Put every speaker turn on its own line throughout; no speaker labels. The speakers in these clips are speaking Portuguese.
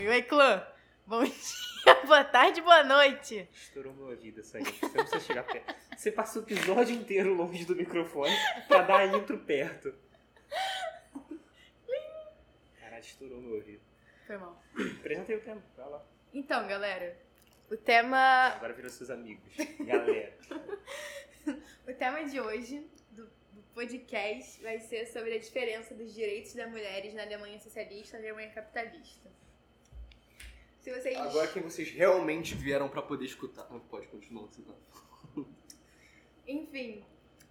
e oi, clã. Bom dia, boa tarde, boa noite.
Estourou minha vida isso aí. Você não precisa chegar perto. Você passa o episódio inteiro longe do microfone pra dar a intro perto. Caralho, estourou meu ouvido.
Foi mal.
Apresentei o tema, vai lá.
Então, galera, o tema,
Agora virou seus amigos. Galera.
o tema de hoje do, do podcast vai ser sobre a diferença dos direitos das mulheres na Alemanha socialista e na Alemanha capitalista. Se vocês...
Agora que vocês realmente vieram pra poder escutar. Não pode continuar assim, não.
Enfim,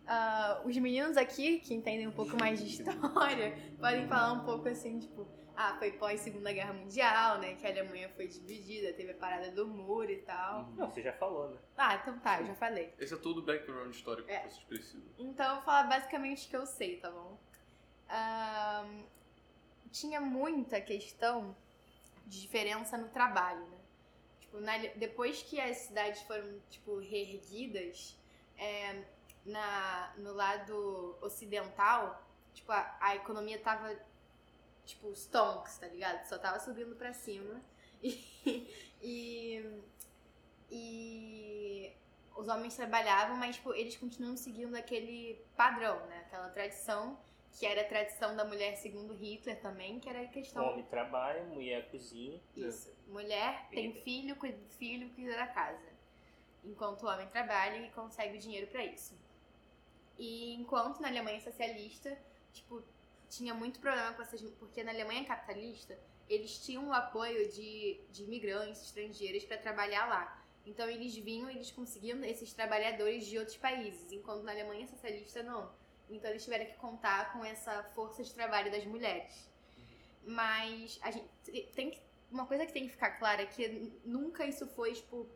ah, os meninos aqui, que entendem um pouco mais de história, podem falar um pouco assim, tipo, ah, foi pós Segunda Guerra Mundial, né? Que a Alemanha foi dividida, teve a parada do muro e tal.
Não, você já falou, né?
Ah, então tá, eu já falei.
Esse é todo o background histórico
É.
que vocês precisam.
Então, eu vou falar basicamente o que eu sei, tá bom? Ahn, tinha muita questão de diferença no trabalho, né? Tipo, na- depois que as cidades foram, tipo, reerguidas, é, na, no lado ocidental, tipo, a, a economia tava, tipo, stonks, tá ligado? Só tava subindo pra cima. E... e, e os homens trabalhavam, mas tipo, eles continuam seguindo aquele padrão, né? Aquela tradição, que era a tradição da mulher segundo Hitler também, que era a questão.
Homem trabalha, mulher cozinha.
É.
Isso. Mulher tem
Vida.
filho, cuida do filho, cuida da casa. Enquanto o homem trabalha e consegue o dinheiro pra isso. E enquanto na Alemanha socialista, tipo, tinha muito problema com essas. Porque na Alemanha capitalista, eles tinham o apoio de, de imigrantes estrangeiros pra trabalhar lá. Então eles vinham e eles conseguiam esses trabalhadores de outros países, enquanto na Alemanha socialista não. Então eles tiveram que contar com essa força de trabalho das mulheres. Mas a gente tem que uma coisa que tem que ficar clara é que n- nunca isso foi, tipo,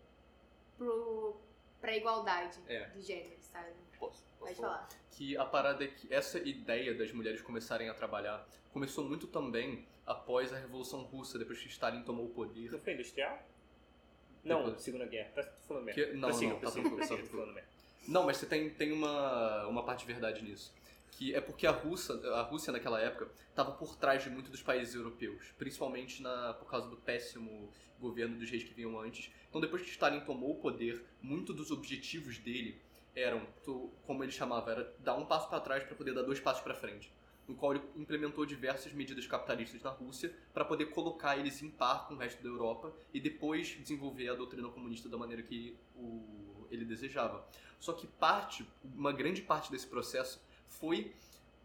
pro, pra igualdade
É.
do gênero, sabe?
Posso? posso
Pode falar.
Que a parada é que essa ideia das mulheres começarem a trabalhar começou muito também após a Revolução Russa, depois que Stalin tomou o poder.
Não foi industrial? Não,
Depois.
Segunda Guerra. Tá tô falando merda.
Que- não,
prossiga,
não, tá
prossiga,
tranquilo, tá
prossiga, tô falando merda.
Não, mas você tem, tem uma, uma parte de verdade nisso. Que é porque a, Russa, a Rússia, naquela época, estava por trás de muitos dos países europeus, principalmente na, por causa do péssimo governo dos reis que vinham antes. Então, depois que Stalin tomou o poder, muitos dos objetivos dele eram, tu- como ele chamava, era dar um passo para trás para poder dar dois passos para frente. No qual ele implementou diversas medidas capitalistas na Rússia para poder colocar eles em par com o resto da Europa e depois desenvolver a doutrina comunista da maneira que o, ele desejava. Só que parte, uma grande parte desse processo foi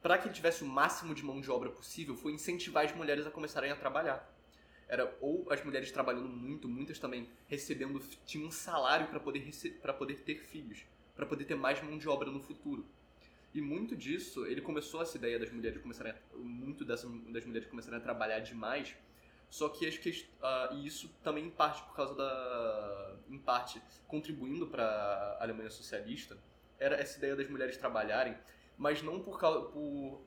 para que ele tivesse o máximo de mão de obra possível, foi incentivar as mulheres a começarem a trabalhar. Era ou as mulheres trabalhando muito, muitas também recebendo tinham um salário para poder para poder ter filhos, para poder ter mais mão de obra no futuro. E muito disso, ele começou essa ideia das mulheres começarem a, muito dessa, das mulheres começarem a trabalhar demais. Só que as quest- ah, e isso também em parte por causa da em parte contribuindo para a Alemanha socialista era essa ideia das mulheres trabalharem, mas não por, cau- por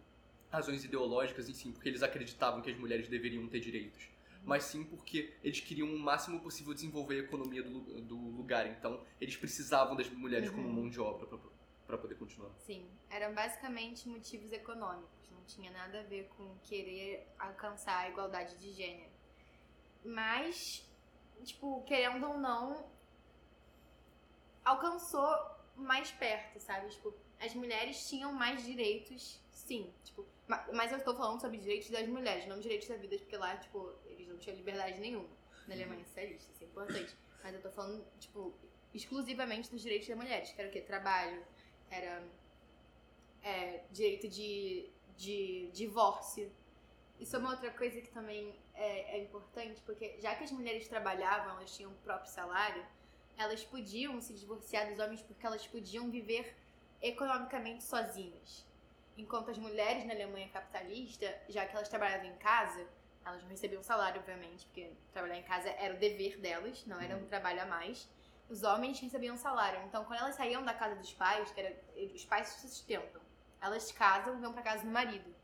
razões ideológicas, enfim, porque eles acreditavam que as mulheres deveriam ter direitos, mas sim porque eles queriam o máximo possível desenvolver a economia do, lu- do lugar. Então, eles precisavam das mulheres como
Uhum.
mão de obra para poder continuar.
Sim, eram basicamente motivos econômicos, não tinha nada a ver com querer alcançar a igualdade de gênero. Mas, tipo, querendo ou não, alcançou mais perto, sabe? Tipo, as mulheres tinham mais direitos, sim. Tipo, ma- mas eu estou falando sobre direitos das mulheres, não direitos da vida, porque lá, tipo, eles não tinham liberdade nenhuma na Alemanha socialista, isso é importante. Mas eu tô falando, tipo, exclusivamente dos direitos das mulheres, que era o quê? Trabalho, era é, direito de, de divórcio. Isso é uma outra coisa que também é, é importante, porque já que as mulheres trabalhavam, elas tinham o próprio salário, elas podiam se divorciar dos homens porque elas podiam viver economicamente sozinhas. Enquanto as mulheres na Alemanha capitalista, já que elas trabalhavam em casa, elas não recebiam salário, obviamente, porque trabalhar em casa era o dever delas, não era um trabalho a mais. Os homens recebiam salário. Então, quando elas saíam da casa dos pais, que era, os pais se sustentam, elas casam e vão pra casa do marido.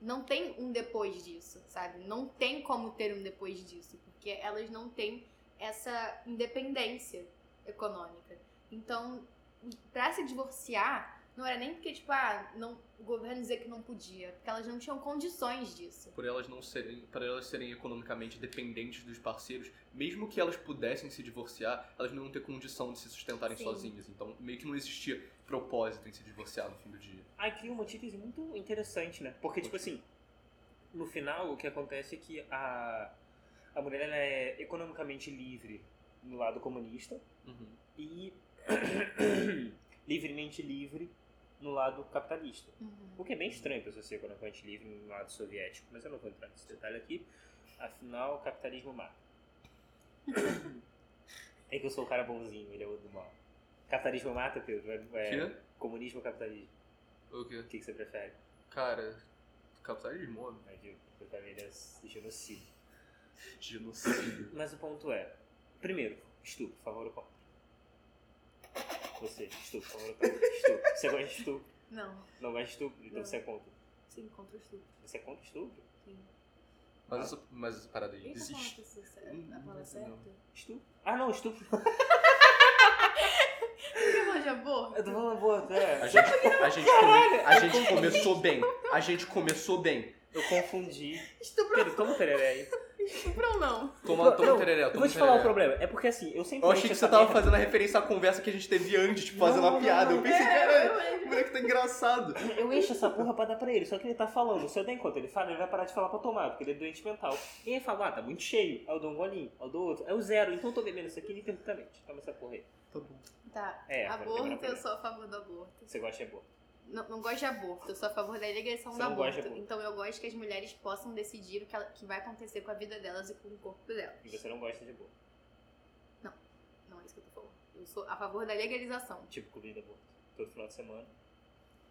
Não tem um depois disso, sabe? Não tem como ter um depois disso, porque elas não têm essa independência econômica. Então, pra se divorciar, não era nem porque, tipo, ah, não, o governo dizia que não podia, porque elas não tinham condições disso.
por elas não serem, para elas serem economicamente dependentes dos parceiros, mesmo que elas pudessem se divorciar, elas não iam ter condição de se sustentarem
Sim.
sozinhas. Então, meio que não existia propósito em se divorciar no fim do dia.
Aí cria uma antítese um muito interessante, né? Porque, tipo assim, no final o que acontece é que a, a mulher ela é economicamente livre no lado comunista
Uhum.
e livremente livre no lado capitalista.
Uhum.
O que é bem estranho para você ser economicamente livre no lado soviético, mas eu não vou entrar nesse detalhe aqui. Afinal, o capitalismo mata. é que eu sou o cara bonzinho, ele é o do mal. Capitalismo mata, Pedro? É, é
Que?
comunismo ou capitalismo?
O quê?
O que que você prefere?
Cara, capitalismo, homem.
Mas eu- eu também era genocídio.
Genocídio.
assim. Mas o ponto é, primeiro, estupro, favor ou contra? Você, estupro, favor ou contra? Estupro. Você gosta de estupro?
Não,
Não gosta de estupro? Então
Não.
você é contra.
sim, contra os tudo.
Você é contra estupro?
Sim.
Mas essa, mas essa parada aí
Quem tá falando
existe.
isso?
Hum,
A palavra
é
não.
certa?
Estupro. Ah não, estupro.
Quem falou de aborto?
Eu tô falando boa, é.
A gente, a gente, come- a gente começou bem. A gente começou bem.
Eu confundi.
Estupro,
Pedro, toma o tereré aí.
estupro ou não?
Toma, toma
Não,
um tereré,
Eu
toma
vou
um
te falar o
tereré.
problema. É porque assim, eu sempre...
Eu achei
acho
que
essa
você tava
merda-
fazendo a referência à conversa que a gente teve antes, tipo, fazendo
Não,
uma
não,
piada.
não,
Eu pensei,
não.
caralho, o moleque tá engraçado.
Eu encho essa porra pra dar pra ele, só que ele tá falando. Se eu der enquanto ele fala, ele vai parar de falar pra eu tomar, porque ele é doente mental. E aí ele fala, ah, tá muito cheio. Aí eu dou um golinho, aí eu dou outro. Aí eu zero, então eu tô bebendo isso aqui intermitente. Toma essa porra aí.
Tá bom.
Tá.
É, agora tem
aborto, eu
maravilha.
sou a favor do aborto.
Você gosta de boa.
Não, não gosto de aborto, eu sou a favor da legalização
Você
do
não gosta de
aborto.
aborto.
Então eu gosto que as mulheres possam decidir o que, ela- que vai acontecer com a vida delas e com o corpo delas.
E você não gosta de boa.
Não é isso que eu tô falando. Eu sou a favor da legalização.
Tipo, comida boa. Todo final de semana.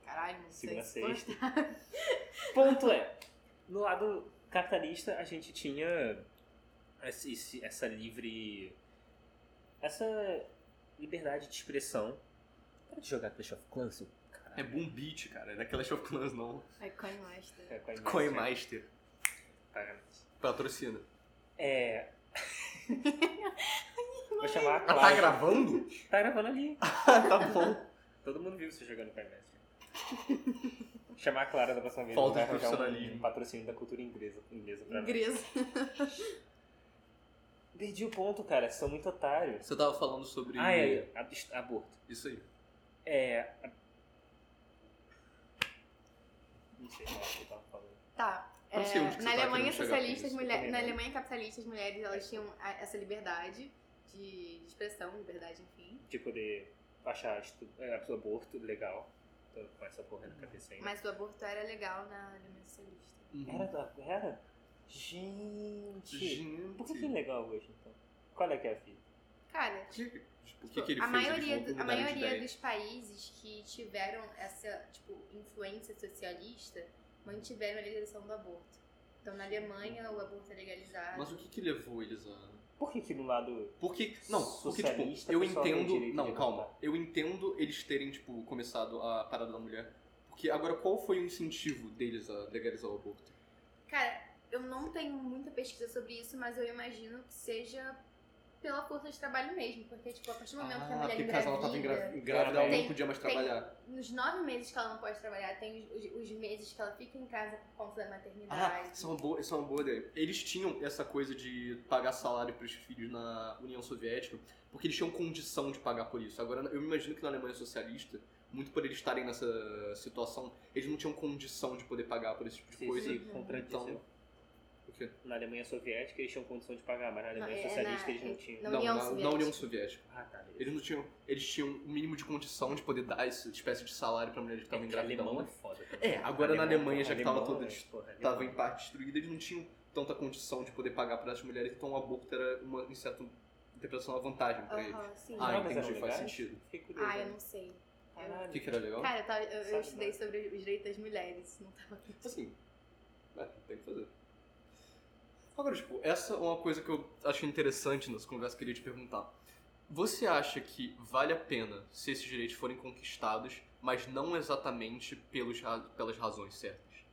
Caralho, não
Segunda,
sei. se
sexta.
gosta.
Ponto é, no lado capitalista a gente tinha esse- esse- essa livre. essa liberdade de expressão. Para de jogar Clash of Clans, seu caralho.
É Boom Beat, cara. Não é Clash of Clans, não.
É Kanye West.
É, com a imagem,
Coinmaster.
pagamento.
Patrocina.
É. Vou chamar a
Ah,
Cláudia.
tá gravando?
Tá gravando ali.
Ah, tá bom.
Todo mundo viu você jogando com a Mestre. Chamar a Clara da próxima vez.
Falta
ela
de
vai arranjar
profissionalismo.
Um patrocínio da cultura inglesa, inglesa pra mim.
Inglês.
Perdi o ponto, cara. São muito otários.
Você tava falando sobre
Ah, é. ab- Aborto.
isso aí.
É. a- Não sei mais o que eu tava falando.
Tá.
Eu não
É,
sei onde que
na
você tá
Alemanha
querendo chegar com
socialista, as
isso,
mulher-
também
na
não.
Alemanha capitalista, as mulheres elas tinham a- essa liberdade de, de expressão, liberdade, enfim.
De poder achar estu- é, aborto legal. Tô com essa porra na cabeça ainda.
Mas o aborto era legal na Alemanha socialista.
Era da. Era? Gente.
Gente.
Por que que é legal hoje, então? Qual é que é a fita?
Cara,
Que- tipo, o que, que ele
a
fez?
maioria,
Eles
do- a
mudaram de
maioria
ideia.
dos países que tiveram essa tipo, influência socialista mantiveram a legalização do aborto. Então na Alemanha o aborto é legalizado.
Mas o que, que levou eles a.
Por que que no lado.
Por que. Não, porque, tipo,
Socialista,
eu
pessoal tem o
entendo.
direito
Não,
de
calma.
votar.
Eu entendo eles terem, tipo, começado a parada da mulher. Porque agora qual foi o incentivo deles a legalizar o aborto?
Cara, eu não tenho muita pesquisa sobre isso, mas eu imagino que seja pela força de trabalho mesmo. Porque, tipo, a partir do momento que a mulher
Ah, porque caso ela tava engra-
engravida,
grávida, ela um não
Tem-
podia mais trabalhar.
nos nove meses que ela não pode trabalhar, tem os, os- os meses que ela fica em casa por conta da maternidade.
Ah, isso é uma boa, isso é uma boa ideia. Eles tinham essa coisa de pagar salário pros filhos na União Soviética, porque eles tinham condição de pagar por isso. Agora, eu imagino que na Alemanha socialista, muito por eles estarem nessa situação, eles não tinham condição de poder pagar por esse tipo de
Se,
coisa.
se
Uhum.
contradizeu.
Então, O quê?
Na Alemanha soviética eles tinham condição de pagar, mas na
Não,
Alemanha
é,
socialista
na-
eles não
é,
tinham.
Na
não,
União
na, na
Soviética.
União Soviética.
Ah, tá, beleza.
Eles não tinham. Eles tinham o mínimo de condição de poder dar essa espécie de salário pra mulher que
É
estavam
que alemão é
engravidando.
foda.
É, agora na Alemanha, já que tava
é
toda Tava
Tava
em parte destruída, eles não tinham tanta condição de poder pagar para as mulheres, então o aborto era uma, em certa interpretação, uma vantagem pra eles.
Aham, sim.
Ah,
Não, mas
entendi,
eram
faz
legais?
sentido.
Fiquei curioso. né?
Ah, eu não sei.
Caralho.
O que, que era legal?
Cara, eu, tava- eu- eu
Sabe,
estudei
né?
sobre os direitos das mulheres. Não tá- tava aqui.
Assim, é, tem que fazer. Agora, tipo, essa é uma coisa que eu achei interessante nessa conversa, queria te perguntar. Você acha que vale a pena se esses direitos forem conquistados, mas não exatamente pelos, ra- pelas razões certas?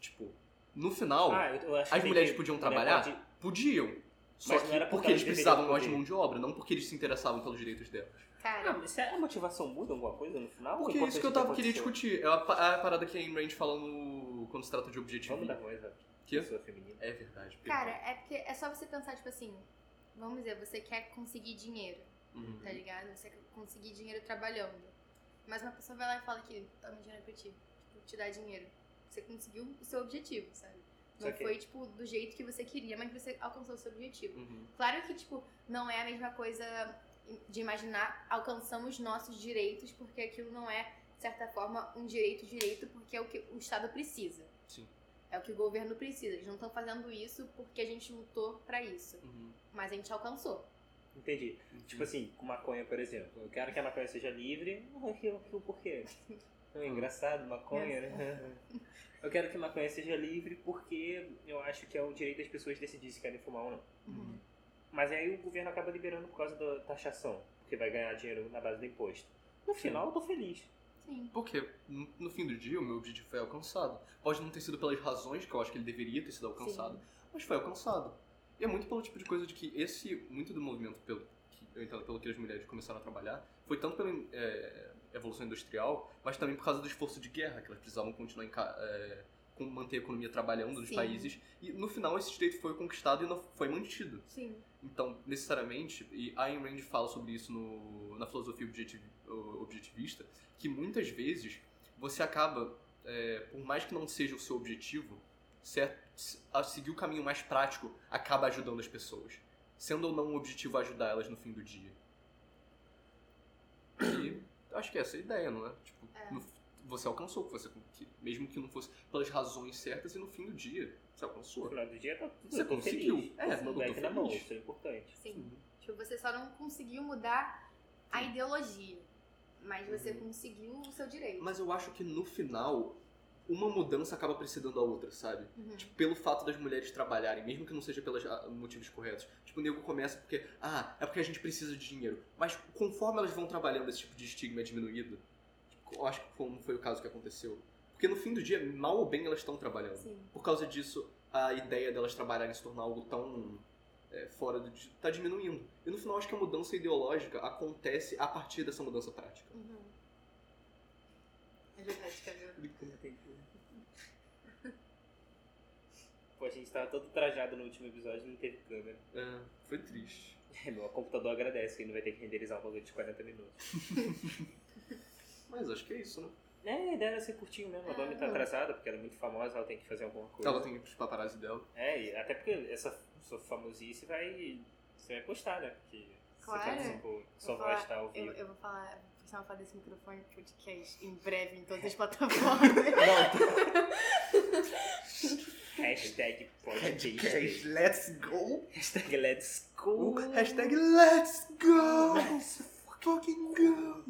Tipo, no final,
Ah, eu- eu acho
as
que tem
mulheres
que-
podiam
mulher
trabalhar?
pode-
podiam. Só
Mas não
que
era porque
porque eles
eles
precisavam
deveriam
mais de
poder.
mão de obra, não porque eles se interessavam pelos direitos delas.
Cara,
Ah, mas será que a motivação muda alguma coisa no final?
Porque é
Enquanto
isso que eu
tá
tava, queria
acontecendo?
discutir. É a, pa- a parada que a Ayn Rand fala no, quando se trata de objetivo.
Vamos dar coisa.
Que?
Pessoa feminina.
É verdade. perdão.
cara, é porque é só você pensar, tipo assim, vamos dizer, você quer conseguir dinheiro,
Uhum.
tá ligado? Você quer conseguir dinheiro trabalhando. Mas uma pessoa vai lá e fala que toma dinheiro pra ti, tipo, te dá dinheiro. Você conseguiu o seu objetivo, sabe? Não
Saquei.
foi, tipo, do jeito que você queria, mas você alcançou o seu objetivo.
Uhum.
Claro que, tipo, não é a mesma coisa de imaginar alcançamos nossos direitos, porque aquilo não é, de certa forma, um direito direito, porque é o que o Estado precisa.
Sim.
É o que o governo precisa. Eles não estão fazendo isso porque a gente lutou pra isso.
Uhum.
Mas a gente alcançou.
Entendi. Tipo
Uhum.
assim, com maconha, por exemplo. Eu quero que a maconha seja livre. Ah, que- que- Por quê? É engraçado, maconha, né? Eu quero que maconha seja livre porque eu acho que é o direito das pessoas decidir se querem fumar ou não.
Uhum.
Mas aí o governo acaba liberando por causa da taxação, porque vai ganhar dinheiro na base do imposto. No final, eu tô feliz.
Sim.
Porque no no fim do dia o meu objetivo foi alcançado. Pode não ter sido pelas razões que eu acho que ele deveria ter sido alcançado, mas foi alcançado. E é muito pelo tipo de coisa de que esse, muito do movimento pelo que eu entendo pelo que as mulheres começaram a trabalhar, foi tanto pela é, evolução industrial, mas também por causa do esforço de guerra, que elas precisavam continuar em, ca- é, com- manter a economia trabalhando dos
Sim.
países. E no final esse direito foi conquistado e não foi mantido.
Sim.
Então, necessariamente, e Ayn Rand fala sobre isso no, na filosofia objeti- o- objetivista, que muitas vezes você acaba, é, por mais que não seja o seu objetivo, certo? Se- a seguir o caminho mais prático acaba ajudando as pessoas. Sendo ou não o objetivo ajudar elas no fim do dia. E acho que essa é a ideia, não é? Tipo,
É.
no f- você alcançou o que você. que- mesmo que não fosse pelas razões certas, e no fim do dia, você
No
alcançou.
final do dia, tá tudo
Você
eu tô
conseguiu.
feliz.
É,
Com
eu
o
tô
back na mão,
feliz.
isso é importante.
Sim. Tipo, você só não conseguiu mudar a ideologia. Mas você conseguiu o seu direito.
Uhum. Mas eu acho que no final, uma mudança acaba precedendo a outra, sabe?
Uhum.
Tipo, pelo fato das mulheres trabalharem, mesmo que não seja pelos ah, motivos corretos. Tipo, o nego começa porque, ah, é porque a gente precisa de dinheiro. Mas conforme elas vão trabalhando, esse tipo de estigma é diminuído. Tipo, eu acho que como foi o caso que aconteceu. Porque no fim do dia, mal ou bem, elas estão trabalhando.
Sim.
Por causa disso, a ideia delas trabalharem se tornar algo tão é, fora do. tá diminuindo. E no final, acho que a mudança ideológica acontece a partir dessa mudança prática.
Uhum. É verdade, cara.
Pô, a gente tava todo trajado no último episódio e não teve câmera.
É, foi triste.
É, meu computador agradece que ele não vai ter que renderizar um bagulho de 40 minutos.
Mas acho que é isso, né?
É, a ideia era ser curtinho mesmo. A Domi tá
Ah.
atrasada porque ela é muito famosa, ela tem que fazer alguma coisa.
Ela tem que ir pros paparazzi dela.
É, e até porque essa sua famosice vai. Você vai postar, né? Porque você
Claro.
participou, sua
Vou falar-
voz tá ao
Eu,
vivo.
eu vou falar, eu vou precisar falar desse microfone no podcast em breve em todas
É.
as plataformas.
tá
Não! Hashtag podcast.
let's go.
Hashtag let's go.
let's Fucking go.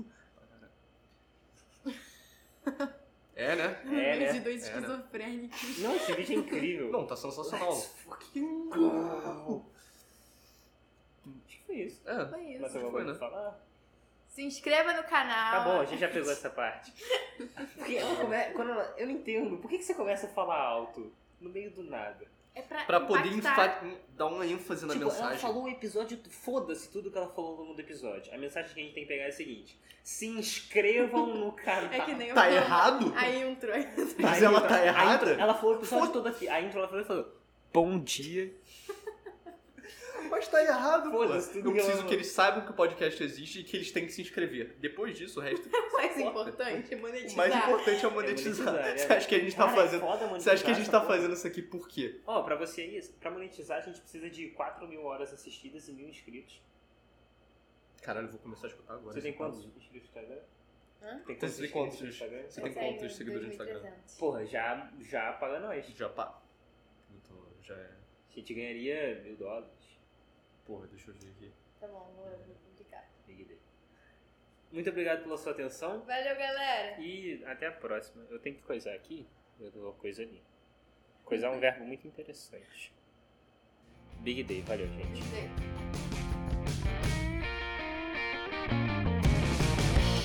É, né?
É, né?
De dois
É, né?
esquizofrênicos.
Não, esse vídeo é incrível.
Não, tá sensacional.
Let's
fucking go.
Acho que foi isso.
É.
Foi Tipo isso.
Mas eu
que
vou
foi, né?
falar.
Se inscreva no canal.
Tá bom, a gente já pegou essa parte. Porque ela come... Quando ela... Eu não entendo. Por que, que você começa a falar alto? No meio do nada.
É pra,
Pra poder
impactar.
enfa- dar uma ênfase na
tipo, ela
mensagem.
falou o episódio. Foda-se tudo que ela falou ao longo do episódio. A mensagem que a gente tem que pegar é a seguinte: se inscrevam no canal.
É que nem
Tá
eu tô- um
errado?
A intro.
Mas
Aí,
ela
então,
tá
a intro-
errada?
Ela falou o episódio todo aqui. A intro ela falou, falou Bom dia.
Mas tá errado, pô.
Foda-se, tudo
Eu
que ela
preciso
falou.
que eles saibam que o podcast existe e que eles têm que se inscrever. Depois disso, o resto.
O mais importante, é monetizar.
O mais importante é monetizar.
monetizar, é.
Você acha que a gente tá
Cara, é
fazendo.
foda
Você acha que a
monetizar
gente
essa
tá
porra.
fazendo isso aqui por quê?
Ó, pra você é isso. Pra monetizar, a gente precisa de 4 mil horas assistidas e mil inscritos.
Caralho, eu vou começar a escutar agora. tá então.
Você tem quantos inscritos no Instagram?
Hã?
Tem
Você tem quantos?
inscritos no Instagram?
Você tem
Consegue
quantos seguidores no Instagram?
2.300.
Porra, já, já paga nós.
Já pá. Então, já é.
A gente ganharia mil dólares.
Porra, deixa eu ver aqui.
Tá bom, vou, vou publicar.
Big Day. Muito obrigado pela sua atenção
Valeu, galera.
e até a próxima. Eu tenho que coisar aqui, eu dou uma coisa ali. Coisar é um verbo muito interessante. Big Day, valeu, gente.
Gente.